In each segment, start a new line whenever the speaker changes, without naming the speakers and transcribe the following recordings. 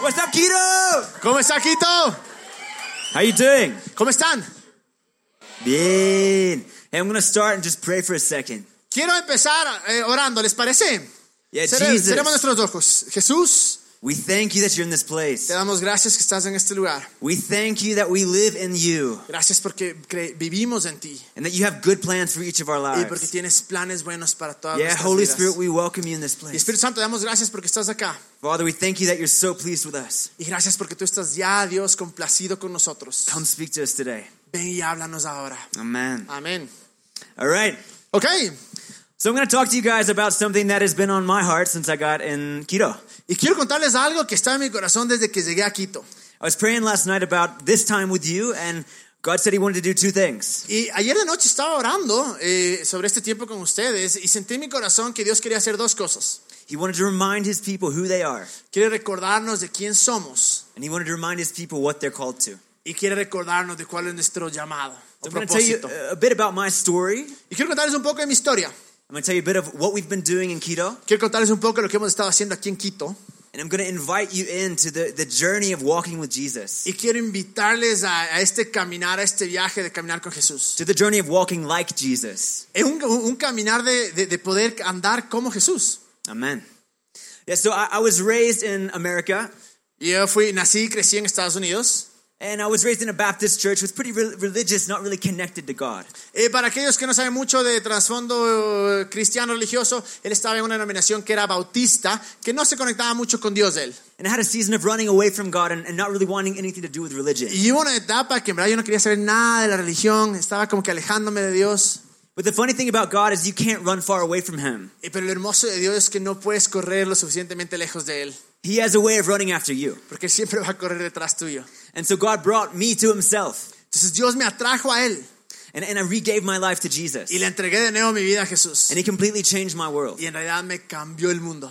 What's up, Quito?
¿Cómo está, Quito?
How you doing?
¿Cómo están?
Bien. Hey, I'm gonna start and just pray for a second.
Quiero empezar eh, orando, ¿les parece?
Yeah,
Cere-
Eh, Jesus,
Cerremos nuestros ojos. Jesús,
we thank you that you're in this place.
te damos gracias que estás en este lugar.
We thank you that we live in you
Gracias porque cre- vivimos en ti
and that you have good plans for each of our
y porque
lives.
tienes planes buenos para todas
Yeah,
nuestras
Holy
vidas.
Spirit, we welcome you in this
y
place.
Espíritu Santo, te damos gracias porque estás acá.
Father, we thank you that you're so pleased with us.
Y gracias porque tú estás ya, Dios, complacido con nosotros.
Come speak to us today.
Ven y háblanos ahora.
Amen.
Amén.
All right.
Ok,
So I'm going to talk to you guys about something that has been on my heart since I got in Quito.
y quiero contarles algo que está en mi corazón desde que llegué a Quito.
I was praying last night about this time with you, and God said He wanted to do two things.
Y ayer de noche estaba orando eh, sobre este tiempo con ustedes y sentí en mi corazón que Dios quería hacer dos cosas.
He wanted to remind His people who they are,
Quiere recordarnos de quién somos
and He wanted to remind His people what they're called to. So
y quiere recordarnos de cuál es nuestro llamado o
I'm going to tell you
propósito.
a bit about my story.
Y quiero contarles un poco de mi historia.
I'm going to tell you a bit of what we've been doing in Quito,
Quiero contarles un poco de lo que hemos estado haciendo aquí en Quito.
and I'm going to invite you into the, the journey of walking with Jesus,
Y quiero invitarles a, a este caminar, a este viaje de caminar con Jesús.
to the journey of walking like Jesus.
Es un, un caminar de, de- de poder andar como Jesús.
Amen. Yeah, so I, I was raised in America,
Y Yo fui, nací y crecí en Estados Unidos.
and I was raised in a Baptist church, was pretty re- religious, not really connected to God.
Eh, para aquellos que no saben mucho de trasfondo eh, cristiano religioso, él estaba en una denominación que era bautista, que no se conectaba mucho con Dios él.
And I had a season of running away from God and, and not really wanting anything to do with religion.
Y hubo una etapa que en verdad yo no quería saber nada de la religión, estaba como que alejándome de Dios.
But the funny thing about God is you can't run far away from Him.
Eh, Pero lo hermoso de Dios es que no puedes correr lo suficientemente lejos de Él,
He has a way of running after you.
porque Él siempre va a correr detrás tuyo.
And so God brought me to Himself,
Entonces Dios me atrajo a Él
and, and I regave my life to Jesus.
y le entregué de nuevo mi vida a Jesús.
And He completely changed my world.
Y en realidad me cambió el mundo.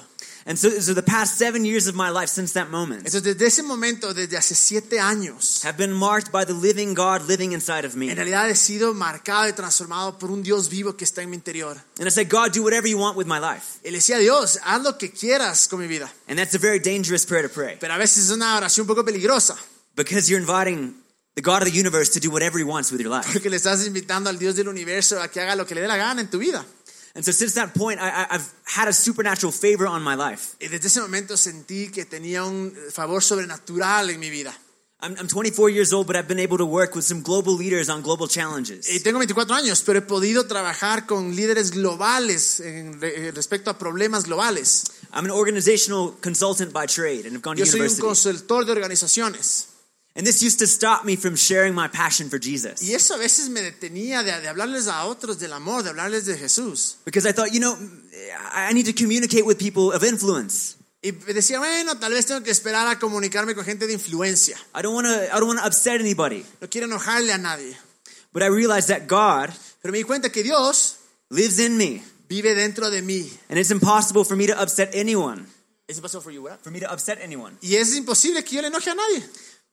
And so, so the past seven years of my life since that moment
Entonces desde ese momento, desde hace siete años,
have been marked by the living God living inside of me.
en realidad he sido marcado y transformado por un Dios vivo que está en mi interior.
And I said, God, do whatever you want with my life.
Él decía, Dios, haz lo que quieras con mi vida.
And that's a very dangerous prayer to pray
Pero a veces es una oración un poco peligrosa,
because you're inviting the God of the universe to do whatever he wants with your life.
porque le estás invitando al Dios del universo a que haga lo que le dé la gana en tu vida.
And so since that point, I, I, I've had a supernatural favor on my life.
Y desde ese momento sentí que tenía un favor sobrenatural en mi vida.
I'm, I'm 24 years old, but I've been able to work with some global leaders on global challenges.
Y tengo 24 años, pero he podido trabajar con líderes globales en re- eh, respecto a problemas globales.
I'm an organizational consultant by trade and have gone to
Yo soy un
university.
consultor de organizaciones.
And this used to stop me from sharing my passion for Jesus
Y eso a veces me detenía de, de hablarles a otros del amor, de hablarles de Jesús.
because I thought, you know, I I need to communicate with people of influence.
Y decía, bueno, tal vez tengo que esperar a comunicarme con gente de influencia.
I don't want to. I don't want to upset anybody.
No quiero enojarle a nadie.
But I realized that God
Pero me di cuenta que Dios
lives in me,
vive dentro de mí.
and it's impossible for me to upset anyone.
It's impossible for you, ¿verdad?
For me to upset anyone,
Y es imposible que yo le enoje a nadie.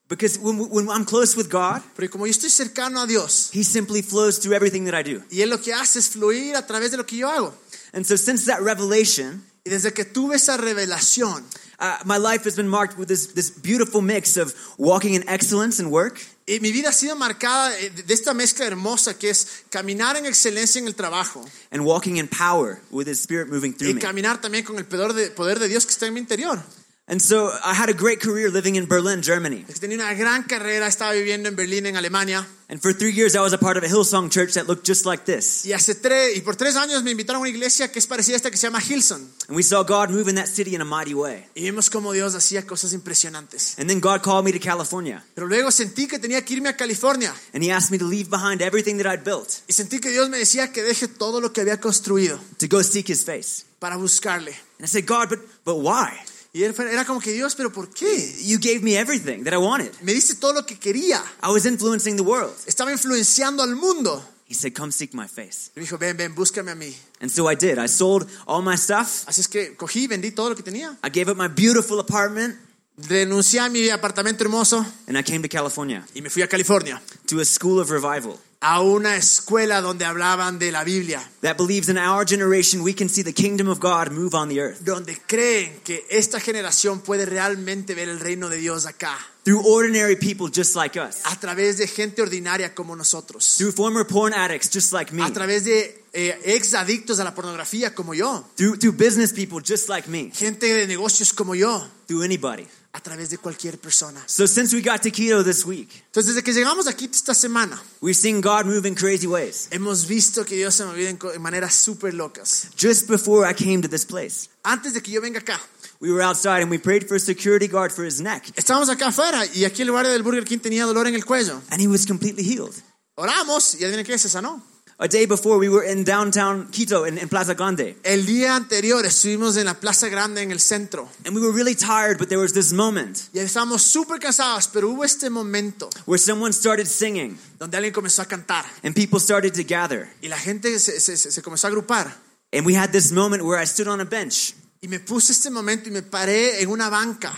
because when, when I'm close with God,
Porque como yo estoy cercano a Dios,
He simply flows through everything that I do.
y Él lo que hace es fluir a través de lo que yo hago.
And so, since that revelation,
Y desde que tuve esa revelación,
uh, my life has been marked with this this beautiful mix of walking in excellence and work,
eh, mi vida ha sido marcada eh, de esta mezcla hermosa que es caminar en excelencia en el trabajo
and walking in power with His Spirit moving through
y
me.
caminar también con el poder de, poder de Dios que está en mi interior.
And so, I had a great career living in Berlin, Germany,
Es que Tenía una gran carrera, estaba viviendo en Berlín, en Alemania,
and for three years, I was a part of a Hillsong church that looked just like this.
y hace tres y por tres años me invitaron a una iglesia que es parecida a esta que se llama Hilson.
And we saw God move in that city in a mighty way.
Y vimos cómo Dios hacía cosas impresionantes.
And then God called me to California.
Pero luego sentí que tenía que irme a California.
And he asked me to leave behind everything that I'd built
Y sentí que Dios me decía que deje todo lo que había construido
to go seek his face.
para buscarle.
And I said, God, but, but why?
Y él fue- era como que Dios, pero ¿por qué?
You gave me everything that I wanted.
Me dice todo lo que quería.
I was influencing the world.
Estaba influenciando al mundo.
He said, Come seek my face.
Y me dijo, ven, ven, búscame a mí.
And so I did. I sold all my stuff.
Así es que cogí, vendí todo lo que tenía.
I gave up my beautiful apartment
Renuncié a mi apartamento hermoso
and I came to California
y me fui a California
to a school of revival.
a una escuela donde hablaban de la Biblia,
that believes in our generation we can see the kingdom of God move on the earth.
donde creen que esta generación puede realmente ver el reino de Dios acá,
Through ordinary people just like us.
a través de gente ordinaria como nosotros,
Through former porn addicts just like me.
a través de eh, ex adictos a la pornografía como yo,
Through, through business people just like me.
gente de negocios como yo,
Through anybody.
a través de cualquier persona.
So since we got to keto this week,
Entonces, desde que llegamos aquí esta semana,
we've seen God move in crazy ways.
hemos visto que Dios se movió en co- en maneras súper locas.
Just before I came to this place,
Antes de que yo venga acá,
we were outside and we prayed for a security guard for his neck,
estábamos acá afuera y aquí el guardia del Burger King tenía dolor en el cuello.
and he was completely healed.
Oramos y adivinen qué se sanó.
A day before, we were in downtown Quito in, in Plaza Grande,
El día anterior estuvimos en la Plaza Grande en el centro
and we were really tired, but there was this moment
y estábamos súper cansados, pero hubo este momento
where someone started singing
donde alguien comenzó a cantar
and people started to gather.
y la gente se, se- se- se comenzó a agrupar.
And we had this moment where I stood on a bench
Y me puse este momento y me paré en una banca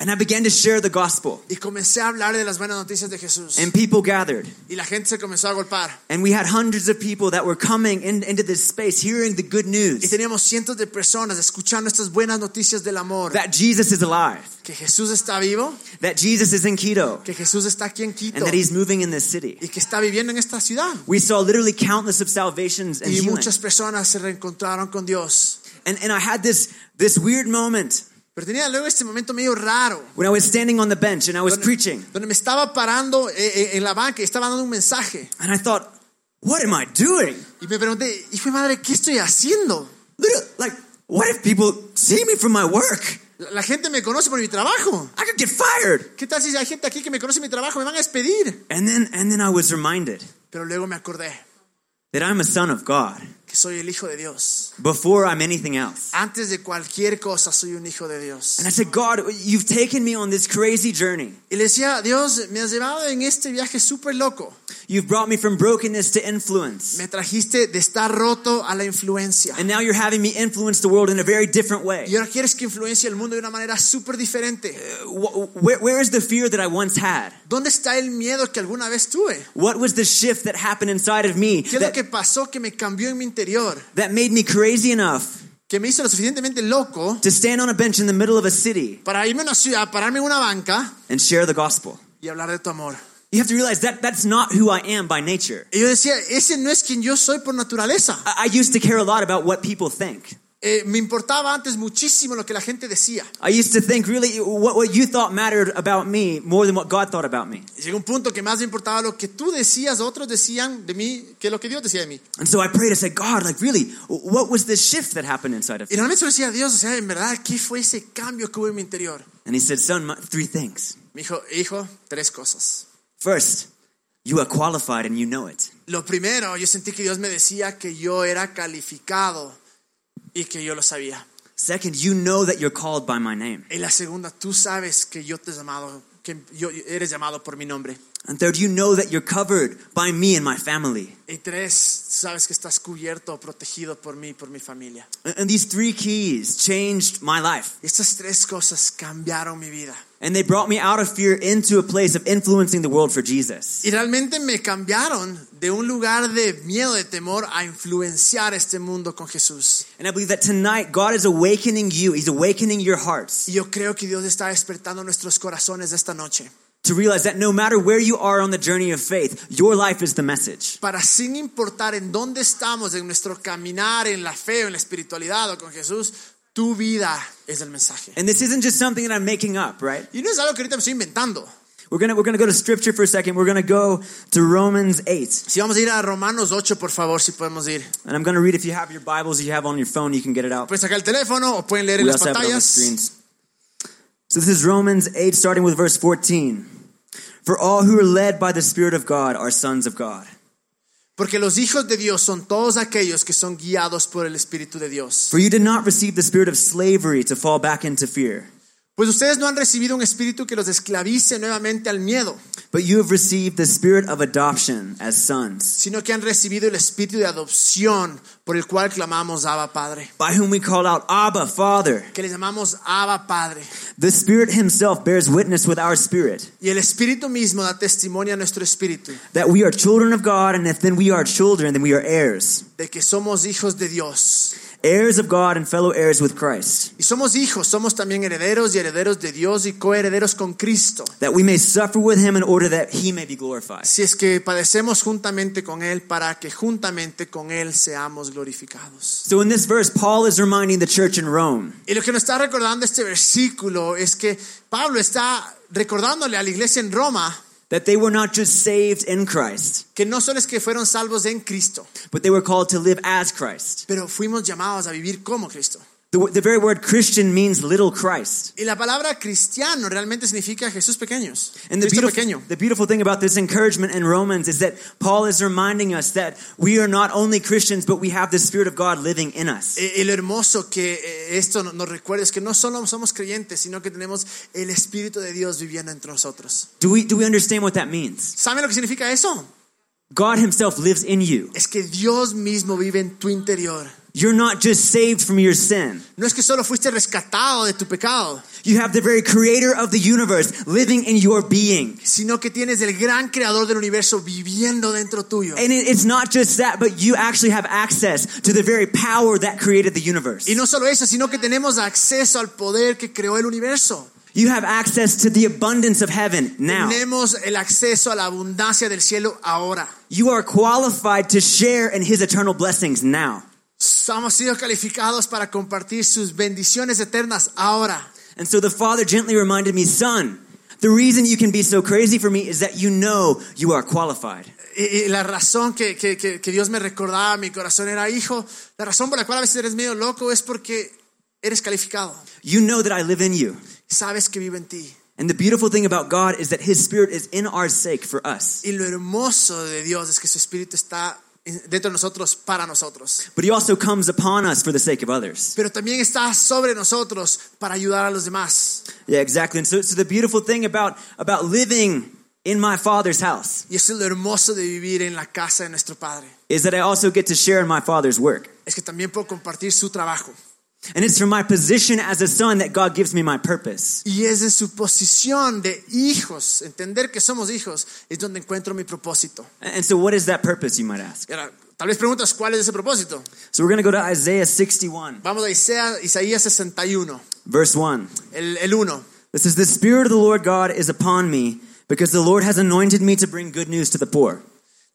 and I began to share the gospel,
y comencé a hablar de las buenas noticias de Jesús.
and people gathered.
Y la gente se comenzó a golpar.
And we had hundreds of people that were coming in, into this space hearing the good
Y
news
teníamos cientos de personas escuchando estas buenas noticias del amor.
that Jesus is alive,
Que Jesús está vivo,
that Jesus is in Quito,
que Jesús está aquí en Quito
and that he's moving in this city.
y que está viviendo en esta ciudad.
We saw literally countless of salvations and
Y
healing.
muchas personas se reencontraron con Dios.
And, and I had this, this weird moment
Pero tenía luego este momento medio raro.
when I was standing on the bench and I was preaching.
Donde me estaba parando eh, eh, en la banca y estaba dando un mensaje.
And I thought, what am I doing?
Y me pregunté, hijo de madre, ¿qué estoy haciendo?
Literally, like, what if people see me from my work?
La, la gente me conoce por mi trabajo.
I could get fired.
¿Qué tal si hay gente aquí que me conoce mi trabajo? Me van a despedir.
And then, and then I was reminded
Pero luego me acordé
that I'm a son of God
que soy el hijo de Dios.
before I'm anything else.
Antes de cualquier cosa soy un hijo de Dios.
And I said, God, you've taken me on this crazy journey.
Y le decía, Dios, me has llevado en este viaje súper loco.
You've brought me from brokenness to influence.
Me trajiste de estar roto a la influencia.
And now you're having me influence the world in a very different way.
Y ahora quieres que influencie el mundo de una manera súper diferente.
Wh- Where, where is the fear that I once had?
¿Dónde está el miedo que alguna vez tuve?
What was the shift that happened inside of me
¿Qué es lo
that,
que pasó que me cambió en mi interior?
that made me crazy enough
Que me hizo lo suficientemente loco
to stand on a bench in the middle of a city
para irme a una ciudad, pararme en una banca
and share the gospel?
y hablar de tu amor.
You have to realize that that's not who I am by nature.
Y yo decía, ese no es quien yo soy por naturaleza.
I, I used to care a lot about what people think.
Eh, me importaba antes muchísimo lo que la gente decía.
I used to think really what, what you thought mattered about me more than what God thought about me.
Y Llegó un punto que más me importaba lo que tú decías, otros decían de mí, que lo que Dios decía de mí.
And so I prayed, I said, God, like really, what was this shift that happened inside of
Y
me?
realmente se lo decía a Dios, o sea, en verdad, ¿qué fue ese cambio que hubo en mi interior?
And he said, son, my- three things.
Me dijo, hijo, tres cosas.
First, you are qualified and you know it.
Lo primero, yo sentí que Dios me decía que yo era calificado y que yo lo sabía.
Second, you know that you're called by my name.
En la segunda, tú sabes que yo te he llamado, que yo eres llamado por mi nombre.
And third, you know that you're covered by me and my family.
Y tres, sabes que estás cubierto, protegido por mí, por mi familia.
And and these three keys changed my life.
Estas tres cosas cambiaron mi vida.
And they brought me out of fear into a place of influencing the world for Jesus.
Y realmente me cambiaron de un lugar de miedo, de temor, a influenciar este mundo con Jesús.
And I believe that tonight God is awakening you. He's awakening your hearts
Y yo creo que Dios está despertando nuestros corazones esta noche.
to realize that no matter where you are on the journey of faith, your life is the message.
para sin importar en dónde estamos, en nuestro caminar, en la fe, en la espiritualidad o con Jesús, tu vida es el mensaje.
And this isn't just something that I'm making up, right?
Y no es algo que ahorita me estoy inventando.
We're gonna we're gonna go to scripture for a second. We're gonna go to Romans eight,
Si vamos a ir a Romanos 8, por favor, si podemos ir.
and I'm gonna read. If you have your Bibles, you have on your phone, you can get it out.
Pueden sacar el teléfono o pueden leer en
We
las
also have it on the
pantallas.
screens. So this is Romans eight, starting with verse fourteen. For all who are led by the Spirit of God are sons of God.
Porque los hijos de Dios son todos aquellos que son guiados por el Espíritu de Dios.
For you did not receive the spirit of slavery to fall back into fear,
Pues ustedes no han recibido un espíritu que los esclavice nuevamente al miedo,
but you have received the spirit of adoption as sons,
sino que han recibido el espíritu de adopción por el cual clamamos Abba Padre,
by whom we call out, Abba, Father.
que le llamamos Abba Padre.
The Spirit Himself bears witness with our spirit
Y el espíritu mismo da testimonio a nuestro espíritu
that we are children of God, and if then we are children, then we are heirs.
de que somos hijos de Dios.
Heirs of God and fellow heirs with Christ,
Y somos hijos, somos también herederos y herederos de Dios y coherederos con Cristo.
that we may suffer with Him in order that He may be glorified.
Si es que padecemos juntamente con Él para que juntamente con Él seamos glorificados.
So in this verse, Paul is reminding the church in Rome
Y lo que nos está recordando este versículo es que Pablo está recordándole a la iglesia en Roma
that they were not just saved in Christ,
que no solo es que fueron salvos en Cristo,
but they were called to live as Christ.
pero fuimos llamados a vivir como Cristo.
The, the very word Christian means little Christ.
Y la palabra cristiano realmente significa Jesús pequeños.
And the
Cristo
beautiful,
pequeño.
the beautiful thing about this encouragement in Romans is that Paul is reminding us that we are not only Christians, but we have the Spirit of God living in us.
Eh, Y lo hermoso que eh, esto no- nos recuerda es que no solo somos creyentes, sino que tenemos el Espíritu de Dios viviendo entre nosotros.
Do we, do we understand what that means?
¿Saben lo que significa eso?
God Himself lives in you.
Es que Dios mismo vive en tu interior.
You're not just saved from your sin.
No es que solo fuiste rescatado de tu pecado,
You have the very creator of the universe living in your being.
sino que tienes el gran creador del universo viviendo dentro tuyo.
And it, it's not just that, but you actually have access to the very power that created the universe.
Y no solo eso, sino que tenemos acceso al poder que creó el universo.
You have access to the abundance of heaven now.
Tenemos el acceso a la abundancia del cielo ahora.
You are qualified to share in his eternal blessings now.
Hemos sido calificados para compartir sus bendiciones eternas ahora.
And so the father gently reminded me, son, the reason you can be so crazy for me is that you know you are qualified.
Y, y la razón que, que- que- que Dios me recordaba, a mi corazón era, hijo, la razón por la cual a veces eres medio loco es porque eres calificado.
You know that I live in you.
Sabes que vivo en ti.
And the beautiful thing about God is that his spirit is in our sake for us.
Y lo hermoso de Dios es que su espíritu está en- dentro de nosotros, para nosotros.
But he also comes upon us for the sake of others.
Pero también está sobre nosotros para ayudar a los demás.
Yeah, exactly. And so, so the beautiful thing about, about living in my father's house
Y eso es lo hermoso de vivir en la casa de nuestro Padre.
is that I also get to share in my father's work.
Es que también puedo compartir su trabajo.
And it's from my position as a son that God gives me my purpose.
Y es en su posición de hijos, entender que somos hijos, es donde encuentro mi propósito.
And so, what is that purpose, you might ask?
Ahora, tal vez preguntas, ¿cuál es ese propósito?
So, we're going to go to Isaiah 61,
Vamos a Isaías, Isaías 61,
verse 1.
el, el 1.
This is The Spirit of the Lord God is upon me, because the Lord has anointed me to bring good news to the poor.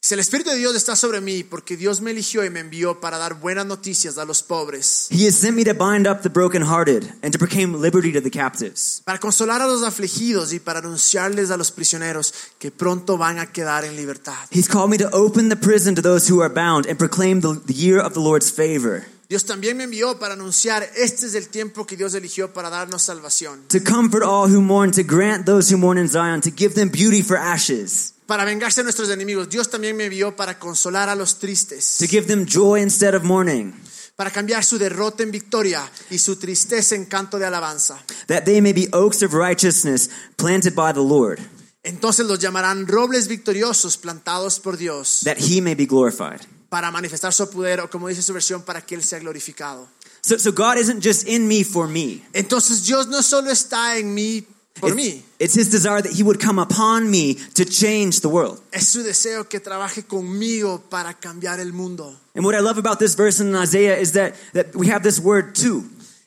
Dice, el Espíritu de Dios está sobre mí porque Dios me eligió y me envió para dar buenas noticias a los pobres,
He has sent me to bind up the brokenhearted and to proclaim liberty to the captives,
para consolar a los afligidos y para anunciarles a los prisioneros que pronto van a quedar en libertad.
He's called me to open the prison to those who are bound and proclaim the, the year of the Lord's favor,
Dios también me envió para anunciar, este es el tiempo que Dios eligió para darnos salvación,
to comfort all who mourn, to grant those who mourn in Zion, to give them beauty for ashes,
para vengarse de nuestros enemigos. Dios también me envió para consolar a los tristes,
to give them joy instead of mourning,
para cambiar su derrota en victoria y su tristeza en canto de alabanza.
that they may be oaks of righteousness planted by the Lord,
Entonces los llamarán robles victoriosos plantados por Dios
that he may be glorified.
para manifestar su poder o como dice su versión para que Él sea glorificado.
So, so God isn't just in me for me.
Entonces Dios no solo está en mí por
It's-
mí,
It's his desire that he would come upon me to change the world.
es su deseo que trabaje conmigo para cambiar el mundo.
And what I love about this verse in Isaiah is that, that we have this word to.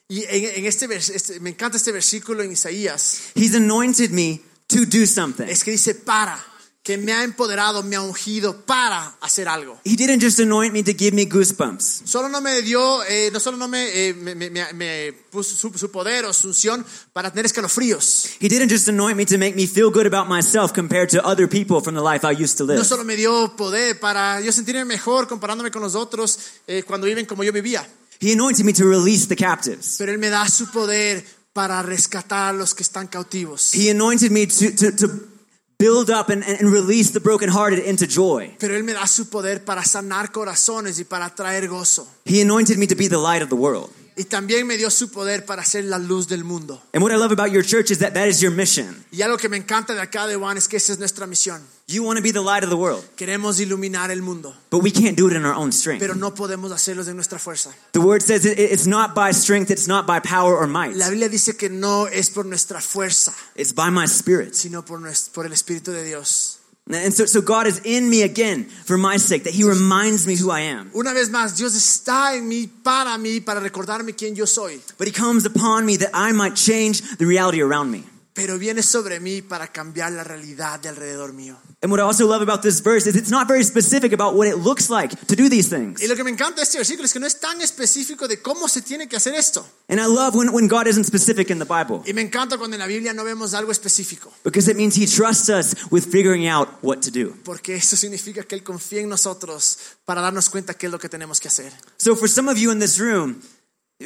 Y en, en este, vers- este- me encanta este versículo en Isaías,
He's anointed me to do something.
es que dice para, que me ha empoderado, me ha ungido para hacer algo.
He didn't just anoint me to give me goosebumps.
Solo no me dio, eh, no solo no me, eh, me, me- me- me puso su, su poder o su unción para tener escalofríos.
He didn't just anoint me to make me feel good about myself compared to other people from the life I used to
No
live.
solo me dio poder para yo sentirme mejor comparándome con los otros eh, cuando viven como yo vivía,
He anointed me to release the captives.
pero Él me da su poder para rescatar a los que están cautivos.
He anointed me to, to, to build up and, and and release the brokenhearted into joy.
Pero Él me da su poder para sanar corazones y para traer gozo.
He anointed me to be the light of the world.
Y también me dio su poder para ser la luz del mundo.
And what I love about your church is that that is your mission.
Y algo que me encanta de acá de One es que esa es nuestra misión.
You want to be the light of the world,
Queremos iluminar el mundo,
but we can't do it in our own strength.
pero no podemos hacerlo de nuestra fuerza.
The word says it, it's not by strength, it's not by power or might.
La Biblia dice que no es por nuestra fuerza,
It's by my spirit.
sino por, nues- por el Espíritu de Dios.
And so, so God is in me again for my sake, that He reminds me who I am.
Una vez más, Dios está en mí, para mí, para recordarme quién yo soy,
But He comes upon me that I might change the reality around me.
pero viene sobre mí para cambiar la realidad de alrededor mío.
And what I also love about this verse is it's not very specific about what it looks like to do these
Y
things.
lo que me encanta de este versículo es que no es tan específico de cómo se tiene que hacer esto.
And I love when, when God isn't specific in the Bible
Y me encanta cuando en la Biblia no vemos algo específico,
because it means He trusts us with figuring out what to do.
porque eso significa que Él confía en nosotros para darnos cuenta qué es lo que tenemos que hacer.
So for some of you in this room,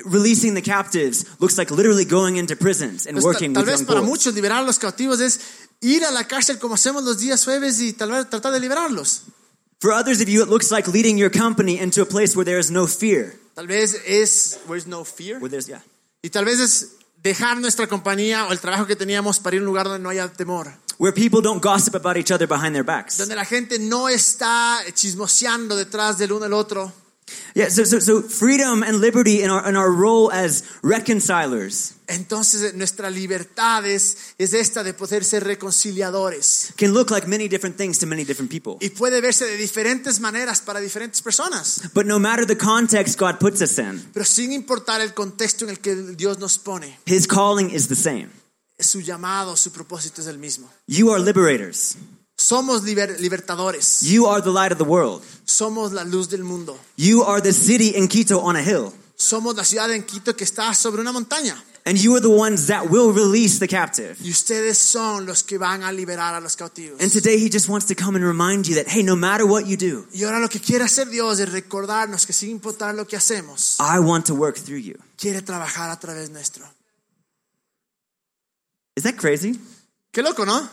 releasing the captives looks like literally going into prisons and
Pues, ta-
working
tal
with
vez
young
para
boys.
muchos liberar a los cautivos es ir a la cárcel como hacemos los días jueves y tal vez tratar de liberarlos.
For others of you, it looks like leading your company into a place where there is no fear.
Tal vez es where's no fear.
Where there's, yeah.
Y tal vez es dejar nuestra compañía o el trabajo que teníamos para ir a un lugar donde no haya temor,
Where people don't gossip about each other behind their backs.
donde la gente no está chismoseando detrás del uno al otro.
Yeah, so, so, so freedom and liberty in our, in our role as reconcilers
Entonces eh, nuestra libertad es, es esta de poder ser reconciliadores
can look like many different things to many different people.
y puede verse de diferentes maneras para diferentes personas,
But no matter the context God puts us in,
pero sin importar el contexto en el que Dios nos pone,
His calling is the same.
su llamado, su propósito es el mismo.
You are liberators.
Somos liber- libertadores,
You are the light of the world.
somos la luz del mundo,
You are the city in Quito on a hill.
somos la ciudad en Quito que está sobre una montaña.
And you are the ones that will release the captive.
Y ustedes son los que van a liberar a los cautivos.
And today He just wants to come and remind you that, hey, no matter what you do,
Y ahora lo que quiere hacer Dios es recordarnos que sin importar lo que hacemos,
I want to work through you.
quiere trabajar a través nuestro.
Is that crazy?
Qué loco, ¿no?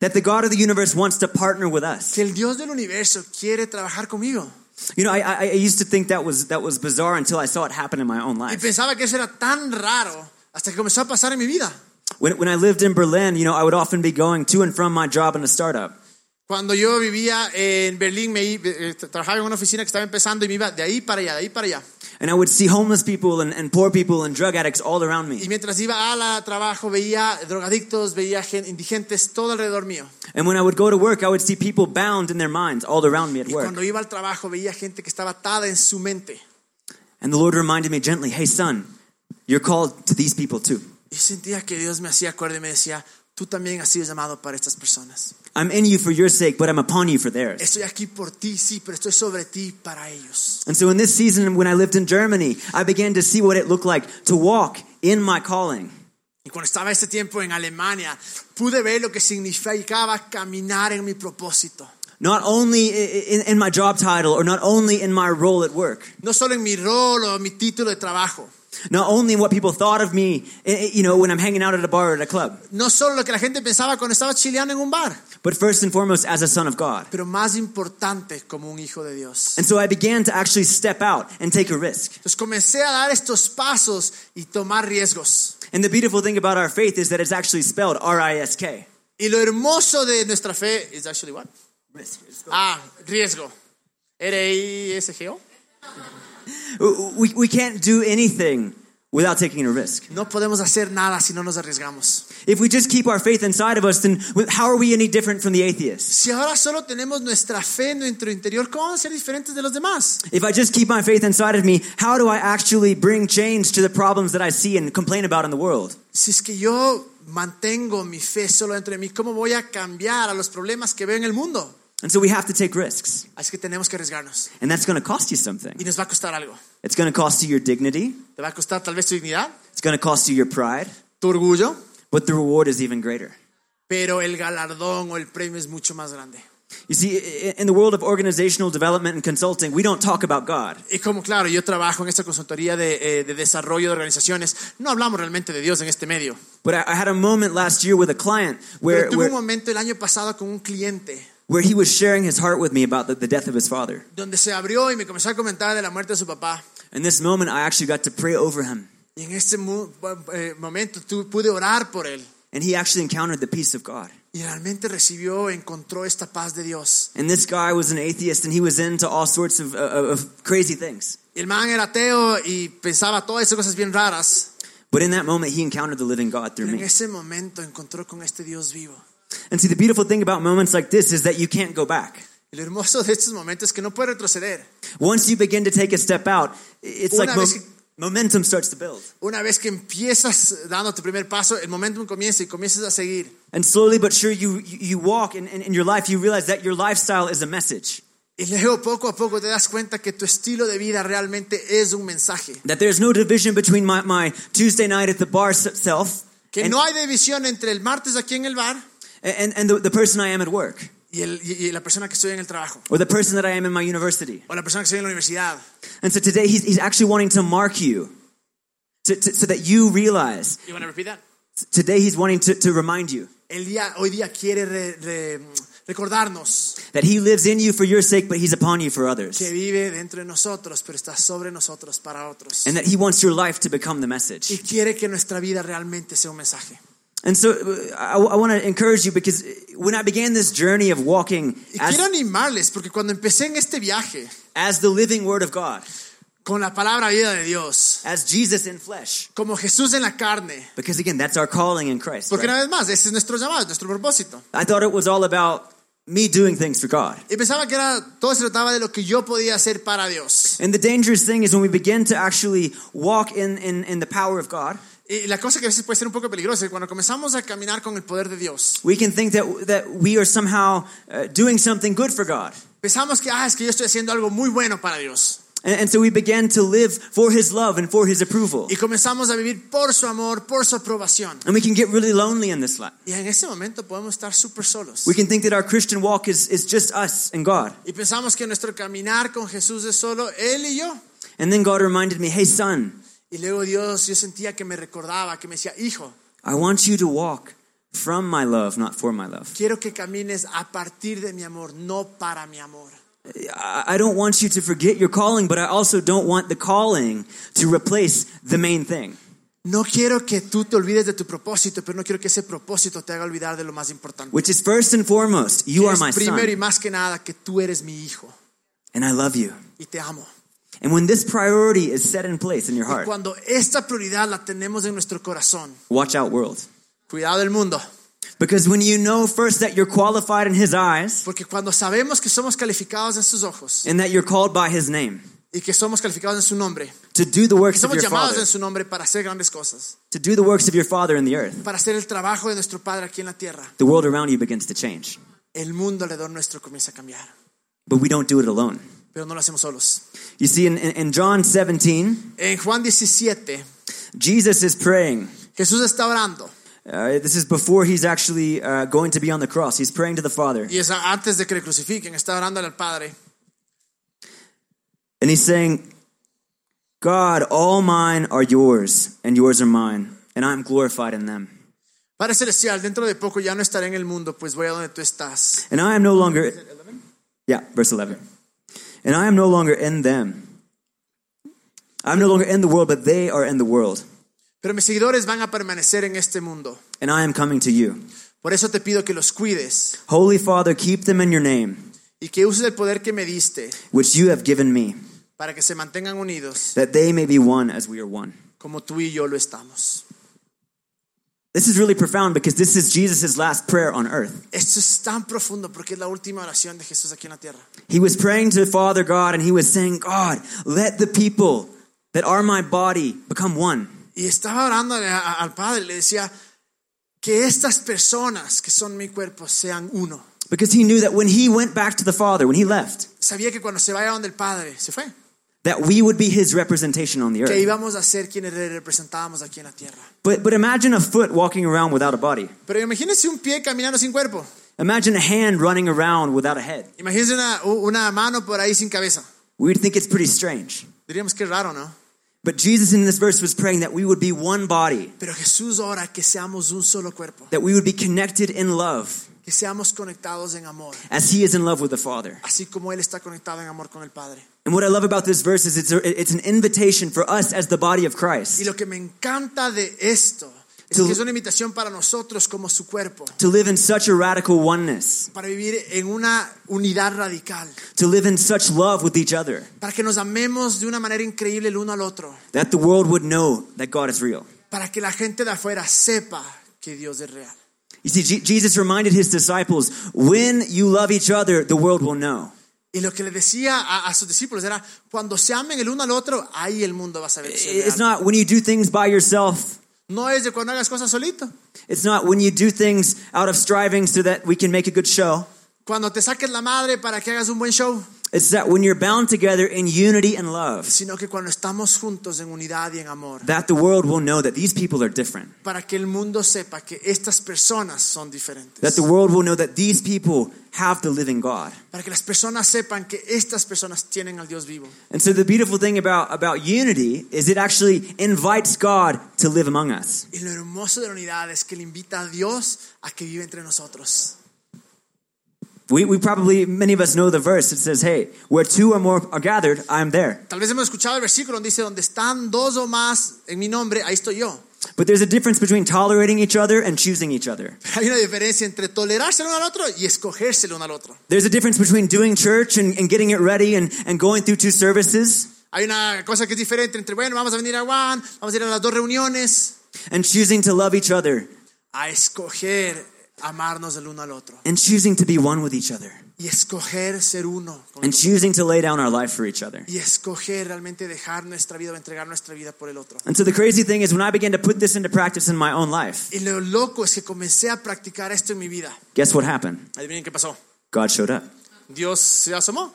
That the God of the universe wants to partner with us.
Que el Dios del universo quiere trabajar conmigo.
You know, I, I, I used to think that was that was bizarre until I saw it happen in my own
Y
life.
pensaba que eso era tan raro hasta que comenzó a pasar en mi vida.
When, when I lived in Berlin, you know, I would often be going to and from my job in a startup.
Cuando yo vivía en Berlín, me, i- eh, trabajaba en una oficina que estaba empezando y me iba de ahí para allá, de ahí para allá.
And I would see homeless people and, and poor people and drug addicts all around
Y
me.
mientras iba a la trabajo, veía drogadictos, veía gen- indigentes, todo alrededor mío.
And when I would go to work, I would see people bound in their minds all around me at
Y
work.
cuando iba al trabajo, veía gente que estaba atada en su mente.
And the Lord reminded me gently, hey, son, you're called to these people too.
Yo sentía que Dios me hacía acuerdo y me decía, tú también has sido llamado para estas personas.
I'm in you for your sake, but I'm upon you for theirs.
Estoy aquí por ti, sí, pero estoy sobre ti para ellos.
And so in this season, when I lived in Germany, I began to see what it looked like to walk in my calling.
Y cuando estaba este tiempo en Alemania, pude ver lo que significaba caminar en mi propósito.
Not only i- i- in, in my job title or not only in my role at work,
No solo en mi rol o mi título de trabajo,
not only in what people thought of me, i- i- you know, when I'm hanging out at a bar or at a club,
no solo lo que la gente pensaba cuando estaba chileando en un bar,
but first and foremost as a son of God.
pero más importante como un hijo de Dios.
And so I began to actually step out and take a risk.
Entonces comencé a dar estos pasos y tomar riesgos.
And the beautiful thing about our faith is that it's actually spelled R-I-S-K.
Y lo hermoso de nuestra fe es actually what?
Risk. It's spelled-
Ah, riesgo. R-I-S-G-O.
W- We, we can't do anything without taking a risk.
No podemos hacer nada si no nos arriesgamos.
If we just keep our faith inside of us, then w- how are we any different from the atheist?
Si ahora solo tenemos nuestra fe en nuestro interior, ¿cómo vamos a ser diferentes de los demás?
If I just keep my faith inside of me, how do I actually bring change to the problems that I see and complain about in the world?
Si es que yo mantengo mi fe solo dentro de mí, ¿cómo voy a cambiar a los problemas que veo en el mundo?
And so we have to take risks.
Así que tenemos que arriesgarnos.
And that's going to cost you something.
Y nos va a costar algo.
It's going to cost you your dignity.
Te va a costar tal vez tu dignidad,
It's going to cost you your pride.
tu orgullo,
But the reward is even greater.
pero el galardón o el premio es mucho más grande.
You see, i- i- in the world of organizational development and consulting, we don't talk about God.
Y como claro, yo trabajo en esta consultoría de, eh, de desarrollo de organizaciones, no hablamos realmente de Dios en este medio.
But I, I had a moment last year with a client
Pero
where,
tuve un
where,
momento el año pasado con un cliente
where he was sharing his heart with me about the, the death of his father.
donde se abrió y me comenzó a comentar de la muerte de su papá.
In this moment, I actually got to pray over him,
Y en ese mu- eh, momento tú, pude orar por él.
and he actually encountered the peace of God.
Y realmente recibió, encontró esta paz de Dios.
And this guy was an atheist, and he was into all sorts of, uh, of crazy things.
Y el man era ateo y pensaba todas esas cosas bien raras.
But in that moment, he encountered the living God through
Pero en
me.
ese momento encontró con este Dios vivo.
And see, the beautiful thing about moments like this is that you can't go back.
Y lo hermoso de estos momentos es que no puede retroceder.
Once you begin to take a step out, it's
Una
like mo-
vez que-
momentum starts to build.
Una vez que empiezas dando tu primer paso, el momentum comienza y comienzas a seguir.
And slowly but sure, you, you you walk, and in, in your life, you realize that your lifestyle is a message.
Y luego poco a poco te das cuenta que tu estilo de vida realmente es un mensaje.
That there's no division between my, my Tuesday night at the bar s- self
Que
and,
no hay división entre el martes aquí en el bar
and, and the, the person I am at work,
y, el- y- y la persona que estoy en el trabajo.
or the person that I am in my university.
O la persona que estoy en la universidad.
And so today, he's, he's actually wanting to mark you to, to, so that you realize.
You wanna repeat that?
Today, he's wanting to, to remind you
El día, hoy día quiere re- re- recordarnos
that he lives in you for your sake, but he's upon you for others.
que vive dentro de nosotros, pero está sobre nosotros para otros.
And that he wants your life to become the message.
Y quiere que nuestra vida realmente sea un mensaje.
And so uh, I, want to encourage you because when I began this journey of walking
Y quiero
as,
animarles, porque cuando empecé en este viaje
as the living word of God,
con la palabra vida de Dios,
as Jesus in flesh,
como Jesús en la carne,
because again, that's our calling in Christ.
porque
right?
una vez más, ese es nuestro llamado, es nuestro propósito.
I thought it was all about me doing things for God.
Y pensaba que era, todo se trataba de lo que yo podía hacer para Dios.
And the dangerous thing is when we begin to actually walk in, in, in the power of God,
Y la cosa que a veces puede ser un poco peligrosa es que cuando comenzamos a caminar con el poder de Dios.
we can think that, that we are somehow uh, doing something good for God.
Pensamos que, ah, es que yo estoy haciendo algo muy bueno para Dios.
And, and so we begin to live for His love and for His approval.
Y comenzamos a vivir por su amor, por su aprobación.
And we can get really lonely in this life.
Y en ese momento podemos estar súper solos.
We can think that our Christian walk is, is just us and God.
Y pensamos que nuestro caminar con Jesús es solo Él y yo.
And then God reminded me, hey, son,
Y luego Dios, yo sentía que me recordaba, que me decía, hijo,
I want you to walk from my love, not for my love.
quiero que camines a partir de mi amor, no para mi amor.
I I don't want you to forget your calling, but I also don't want the calling to replace the main thing.
No quiero que tú te olvides de tu propósito, pero no quiero que ese propósito te haga olvidar de lo más importante.
Which is first and foremost, you are
Es
my
primero y
son,
más que nada que tú eres mi hijo
and I love you.
y te amo.
And when this priority is set in place in your
Y
heart,
cuando esta prioridad la tenemos en nuestro corazón,
watch out, world.
cuidado del mundo,
Because when you know first that you're qualified in His eyes
porque cuando sabemos que somos calificados en sus ojos
and that you're called by His name
y que somos calificados en su nombre,
to do the
que
works of
somos
your
llamados
Father,
en su nombre para hacer grandes cosas,
to do the works of your Father in the earth,
para hacer el trabajo de nuestro Padre aquí en la tierra,
the world around you begins to change.
el mundo alrededor nuestro comienza a cambiar,
But we don't do it alone.
pero no lo hacemos solos.
You see, in, in, in John 17,
En Juan 17,
Jesus is praying.
Jesús está orando
Uh, this is before he's actually uh, going to be on the cross. He's praying to the Father.
y es antes de que le crucifiquen, está orando al Padre.
And he's saying, God, all mine are yours, and yours are mine, and I'm glorified in them.
Padre Celestial, dentro de poco ya no estaré en el mundo, pues voy a donde tú estás.
And I am no longer. Yeah, verse 11. And I am no longer in them. I'm no longer in the world, but they are in the world,
Pero mis seguidores van a permanecer en este mundo.
and I am coming to you.
Por eso te pido que los cuides
Holy Father, keep them in your name,
y que uses el poder que me diste
which you have given me,
para que se mantengan unidos
that they may be one as we are one.
como tú y yo lo estamos.
This is really profound because this is Jesus' last prayer on earth.
Esto es tan profundo porque es la última oración de Jesús aquí en la tierra.
He was praying to Father God and he was saying, God, let the people that are my body become one.
Y estaba orando a- a- al Padre, le decía que estas personas que son mi cuerpo sean uno.
Because he knew that when he went back to the Father, when he left,
Sabía que cuando se vaya donde el Padre se fue,
that we would be his representation on the
que
earth.
íbamos a ser quienes le representábamos aquí en la tierra.
But, but imagine a foot walking around without a body.
Pero imagínense un pie caminando sin cuerpo.
Imagine a hand running around without a head.
Imagínense una, u- una mano por ahí sin cabeza.
We'd think it's pretty strange.
Diríamos que es raro, ¿no?
But Jesus in this verse was praying that we would be one body,
Pero Jesús ora que seamos un solo cuerpo,
that we would be connected in love,
que que seamos conectados en amor,
as he is in love with the Father.
así como Él está conectado en amor con el Padre.
And what I love about this verse is it's, a, it's an invitation for us as the body of
Y
Christ
lo que me encanta de esto es
To-
que es una invitación para nosotros como su cuerpo,
to live in such a radical oneness,
para vivir en una unidad radical,
to live in such love with each other,
para que nos amemos de una manera increíble el uno al otro,
that the world would know that God is real.
para que la gente de afuera sepa que Dios es real.
You see, Je- Jesus reminded his disciples, when you love each other, the world will know.
Y lo que le decía a, a sus discípulos era, cuando se amen el uno al otro, ahí el mundo va a saber que soy
It's
real.
not when you do things by yourself.
No es de cuando hagas cosas solito.
It's not when you do things out of striving so that we can make a good show.
Cuando te saques la madre para que hagas un buen show,
It's that when you're bound together in unity and love,
sino que cuando estamos juntos en unidad y en amor,
that the world will know that these people are different.
para que el mundo sepa que estas personas son
That
diferentes,
the world will know that these people have the living God.
para que las personas sepan que estas personas tienen al Dios vivo.
And so the beautiful thing about, about unity is it actually invites God to live among us.
Y lo hermoso de la unidad es que le invita a Dios a que vive entre nosotros.
We, we probably, many of us know the verse. It says, hey, where two or more are gathered, I am there.
Tal vez hemos escuchado el versículo donde dice, donde están dos o más en mi nombre, ahí estoy yo.
But there's a difference between tolerating each other and choosing each other.
Hay una diferencia entre tolerarse el uno al otro y escogerse el uno al otro.
There's a difference between doing church and, and getting it ready and, and going through two services
Hay una cosa que es diferente entre, bueno, vamos a venir a Juan, vamos a ir a las dos reuniones,
and choosing to love each other
a escoger amarnos el uno al otro
and choosing to be one with each other
y escoger ser uno con el
and
otro.
choosing to lay down our life for each other.
y escoger realmente dejar nuestra vida o entregar nuestra vida por el otro.
And so the crazy thing is when I began to put this into practice in my own life,
Y lo loco es que comencé a practicar esto en mi vida.
guess what happened?
Adivinen qué pasó.
God showed up.
Dios se asomó.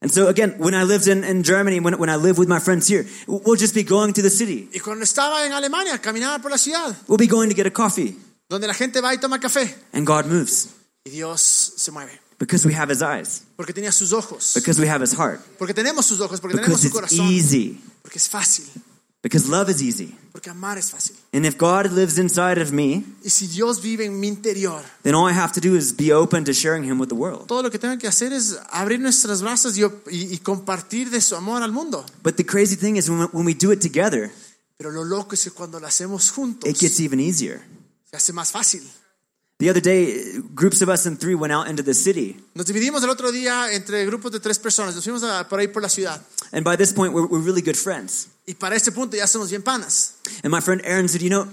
And so again, when I lived in, in Germany, when, when I lived with my friends here, we'll just be going to the city.
Y cuando estaba en Alemania, caminaba por la ciudad,
We'll be going to get a coffee
donde la gente va y toma café,
and God moves
y Dios se mueve.
because we have his eyes,
Porque tenía sus ojos,
because we have his heart,
porque tenemos sus ojos, porque
because
tenemos su
it's
corazón,
easy,
porque es fácil,
because love is easy.
porque amar es fácil.
And if God lives inside of me,
Y si Dios vive en mi interior,
then all I have to do is be open to sharing him with the world.
todo lo que tengo que hacer es abrir nuestras brazos y, y- y compartir de su amor al mundo.
But the crazy thing is when, when we do it together,
Pero lo loco es que cuando lo hacemos juntos,
it gets even easier.
se hace más fácil.
The other day, groups of us in three went out into the city.
Nos dividimos el otro día entre grupos de tres personas. Nos fuimos a- por ahí por la ciudad.
And by this point, we're, we're really good friends.
Y para este punto ya somos bien panas.
And my friend Aaron said, You know,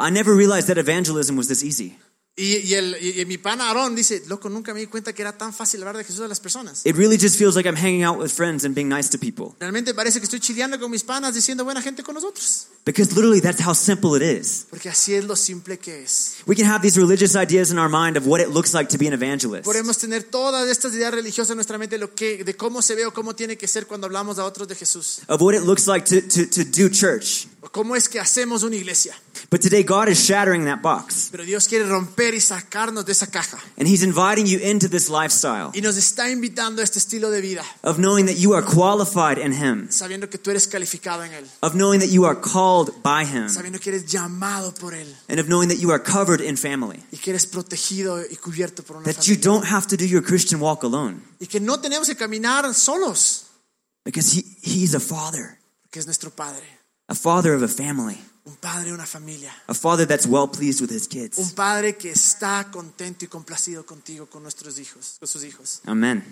I never realized that evangelism was this easy.
Y, y el, y, y mi pana Aarón dice, loco, nunca me di cuenta que era tan fácil hablar de Jesús a las personas.
It really just feels like I'm hanging out with friends and being nice to people.
Realmente parece que estoy chileando con mis panas diciendo buena gente con nosotros.
Because literally, that's how simple it is.
Porque así es lo simple que es.
We can have these religious ideas in our mind of what it looks like to be an evangelist.
Podemos tener todas estas ideas religiosas en nuestra mente lo que, de cómo se ve o cómo tiene que ser cuando hablamos a otros de Jesús.
Of what it looks like to, to, to do church.
O cómo es que hacemos una iglesia.
But today, God is shattering that box.
Pero Dios quiere romper y sacarnos de esa caja.
And He's inviting you into this lifestyle
Y nos está invitando a este estilo de vida,
of knowing that you are qualified in Him,
sabiendo que tú eres calificado en Él.
of knowing that you are called by Him,
sabiendo que eres llamado por Él
and of knowing that you are covered in family.
y que eres protegido y cubierto por una
That you
familia.
don't have to do your Christian walk alone
Y que no tenemos que caminar solos,
because he, He's a father,
que es nuestro Padre,
a father of a family,
un Padre de una familia,
a father that's well pleased with His
un
kids.
Padre que está contento y complacido contigo, con nuestros hijos, con sus hijos.
Amen.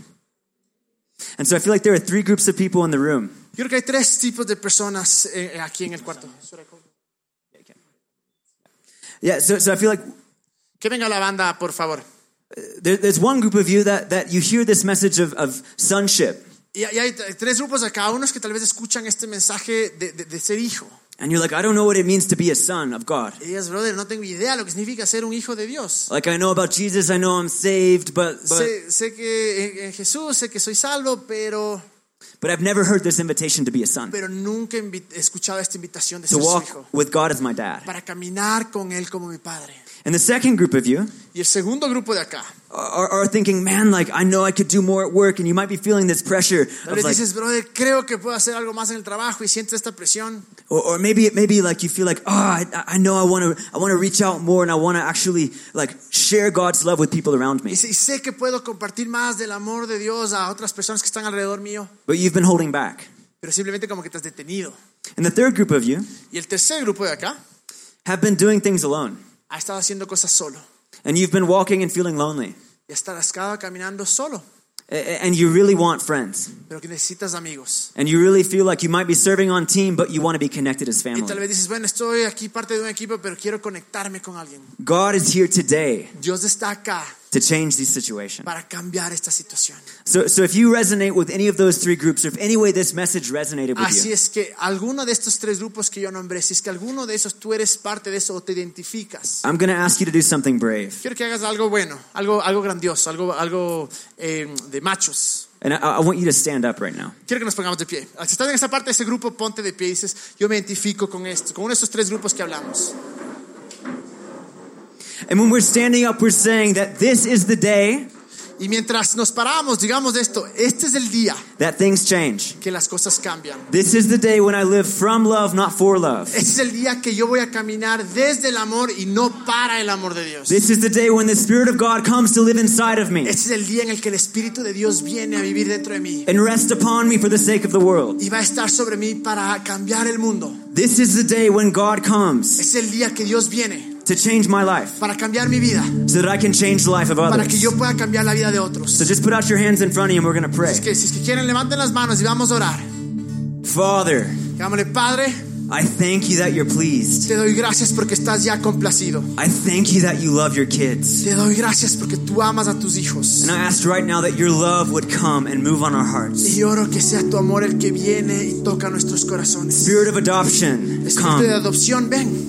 And so I feel like there are three groups of people in the room.
Yo creo que hay tres tipos de personas eh, aquí en el cuarto.
Yeah, so, so I feel like
Que venga la banda, por favor.
there, there's one group of you that, that you hear this message of, of sonship
Y, y hay t- tres grupos acá, unos que tal vez escuchan este mensaje de, de- de ser hijo.
and you're like, I don't know what it means to be a son of God.
Y dices, brother, no tengo idea lo que significa ser un hijo de Dios.
Like, I know about Jesus, I know I'm saved, but, but
Sé, sé que en- en Jesús, sé que soy salvo, pero
But I've never heard this invitation to be a son,
pero nunca invi- he escuchado esta invitación de
to
ser su
walk
hijo,
with God as my dad.
para caminar con él como mi padre.
And the second group of you
Y el segundo grupo de acá,
are, are thinking, man, like, I know I could do more at work, and you might be feeling this pressure.
tal
Of
vez
like,
dices, brother, creo que puedo hacer algo más en el trabajo y sientes esta presión.
or, or maybe, maybe like you feel like, oh, I, I know I want to, I want to reach out more, and I want to actually like share God's love with people around me.
Y sí, sé que puedo compartir más del amor de Dios a otras personas que están alrededor mío,
But you've been holding back.
pero simplemente como que te has detenido.
And the third group of you
Y el tercer grupo de acá
have been doing things alone,
ha estado haciendo cosas solo.
and you've been walking and feeling lonely,
Y está rascado caminando solo,
A- a- and you really want friends.
pero que necesitas amigos.
and you really feel like you might be serving on team, but you want to be connected as
Y tal
family.
vez dices, bueno, estoy aquí parte de un equipo, pero quiero conectarme con alguien.
God is here today
Dios está acá
to change these situations.
para cambiar esta situación.
So, so if you resonate with any of those three groups, or if any way this message resonated with
Así
you,
es que alguno de estos tres grupos que yo nombré, si es que alguno de esos tú eres parte de eso o te identificas,
I'm going to ask you to do something brave.
quiero que hagas algo bueno, algo, algo grandioso, algo, algo eh, de machos.
And I, I want you to stand up right now.
Quiero que nos pongamos de pie. Si estás en esa parte de ese grupo, ponte de pie y dices, yo me identifico con esto, con uno de estos tres grupos que hablamos.
And when we're standing up, we're saying that this is the day
Y mientras nos paramos, digamos esto, este es el día
that things change.
que las cosas cambian.
This is the day when I live from love, not for love.
Este es el día que yo voy a caminar desde el amor y no para el amor de Dios.
This is the day when the Spirit of God comes to live inside of me
Este es el día en el que el Espíritu de Dios viene a vivir dentro de mí
and rest upon me for the sake of the world.
y va a estar sobre mí para cambiar el mundo.
This is the day when God comes
Es el día que Dios viene
to change my life
para cambiar mi vida,
so that I can change the life of
para que
others.
yo pueda cambiar la vida de otros.
So just put out your hands in front of you and we're going to pray.
Es que si es que quieren, levanten las manos y vamos a orar.
Father,
Digámosle, Padre,
I thank you that you're pleased.
te doy gracias porque estás ya complacido.
I thank you that you love your kids.
Te doy gracias porque tú amas a tus hijos.
And I ask right now that your love would come and move on our hearts.
Y oro que sea tu amor el que viene y toca nuestros corazones.
Spirit of adoption,
Espíritu de
come.
adopción, ven.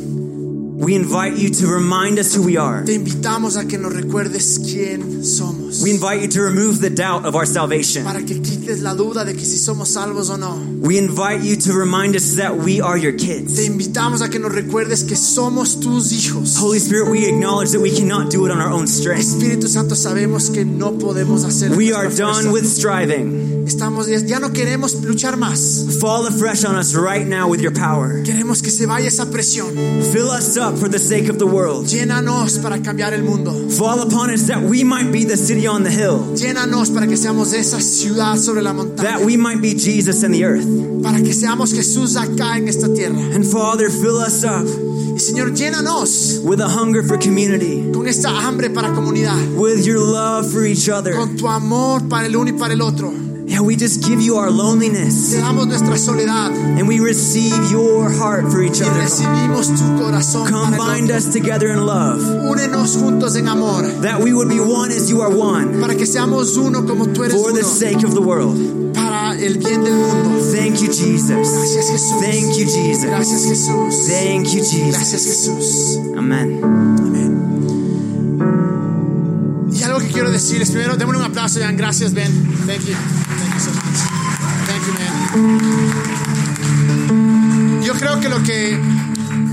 We invite you to remind us who we are.
Te invitamos a que nos recuerdes quién somos.
We invite you to remove the doubt of our salvation.
Para que quites la duda de que si somos salvos o no.
We invite you to remind us that we are your
Te
kids.
invitamos a que nos recuerdes que somos tus hijos.
Holy Spirit, we acknowledge that we cannot do it on our own strength.
Espíritu Santo, sabemos que no podemos hacer
We
nuestra
are done
fuerza.
with striving.
Estamos ya no queremos luchar más.
Fall afresh on us right now with your power.
Queremos que se vaya esa presión.
Fill us up for the sake of the world.
Llénanos para cambiar el mundo.
Fall upon us that we might be the city on the hill,
Llénanos para que seamos esa ciudad sobre la montaña.
that we might be Jesus in the earth.
Para que seamos Jesús acá en esta tierra.
And Father, fill us up
Y Señor, llénanos
with a hunger for community,
con esta hambre para comunidad.
with your love for each other.
Con tu amor para el uno y para el otro.
And we just give you our
Te
loneliness
damos nuestra soledad
and we receive your heart for each
y
other.
recibimos tu corazón. para el
Combine us together in love,
otro. Únenos juntos en amor
that we would be one as you are one,
para que seamos uno como tú eres
for the
uno
sake of the world.
para el bien del mundo.
Thank you, Jesus.
Gracias Jesús.
Thank you, Jesus.
Gracias Jesús.
Thank you, Jesus.
Gracias Jesús.
Amen.
Amén. Y algo que quiero decirles, primero démosle un aplauso, Dan. Gracias, Ben. Thank you. Thank you so much. Thank you, man. Yo creo que lo que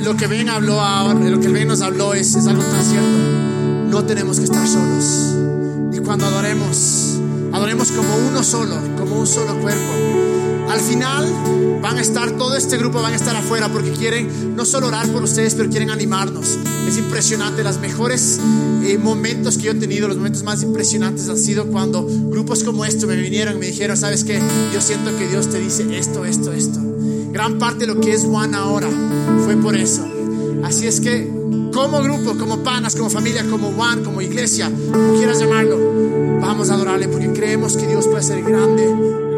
lo que Ben habló ahora, lo que Ben nos habló es, es algo tan cierto. No tenemos que estar solos. Y cuando adoremos, adoremos como uno solo, como un solo cuerpo. Al final van a estar, todo este grupo van a estar afuera porque quieren no solo orar por ustedes, pero quieren animarnos. Es impresionante, los mejores eh, momentos que yo he tenido, los momentos más impresionantes han sido cuando grupos como estos me vinieron y me dijeron, sabes qué, yo siento que Dios te dice esto, esto, esto. Gran parte de lo que es One ahora fue por eso. Así es que como grupo, como panas, como familia, como one, como iglesia, como quieras llamarlo, vamos a adorarle porque creemos que Dios puede ser grande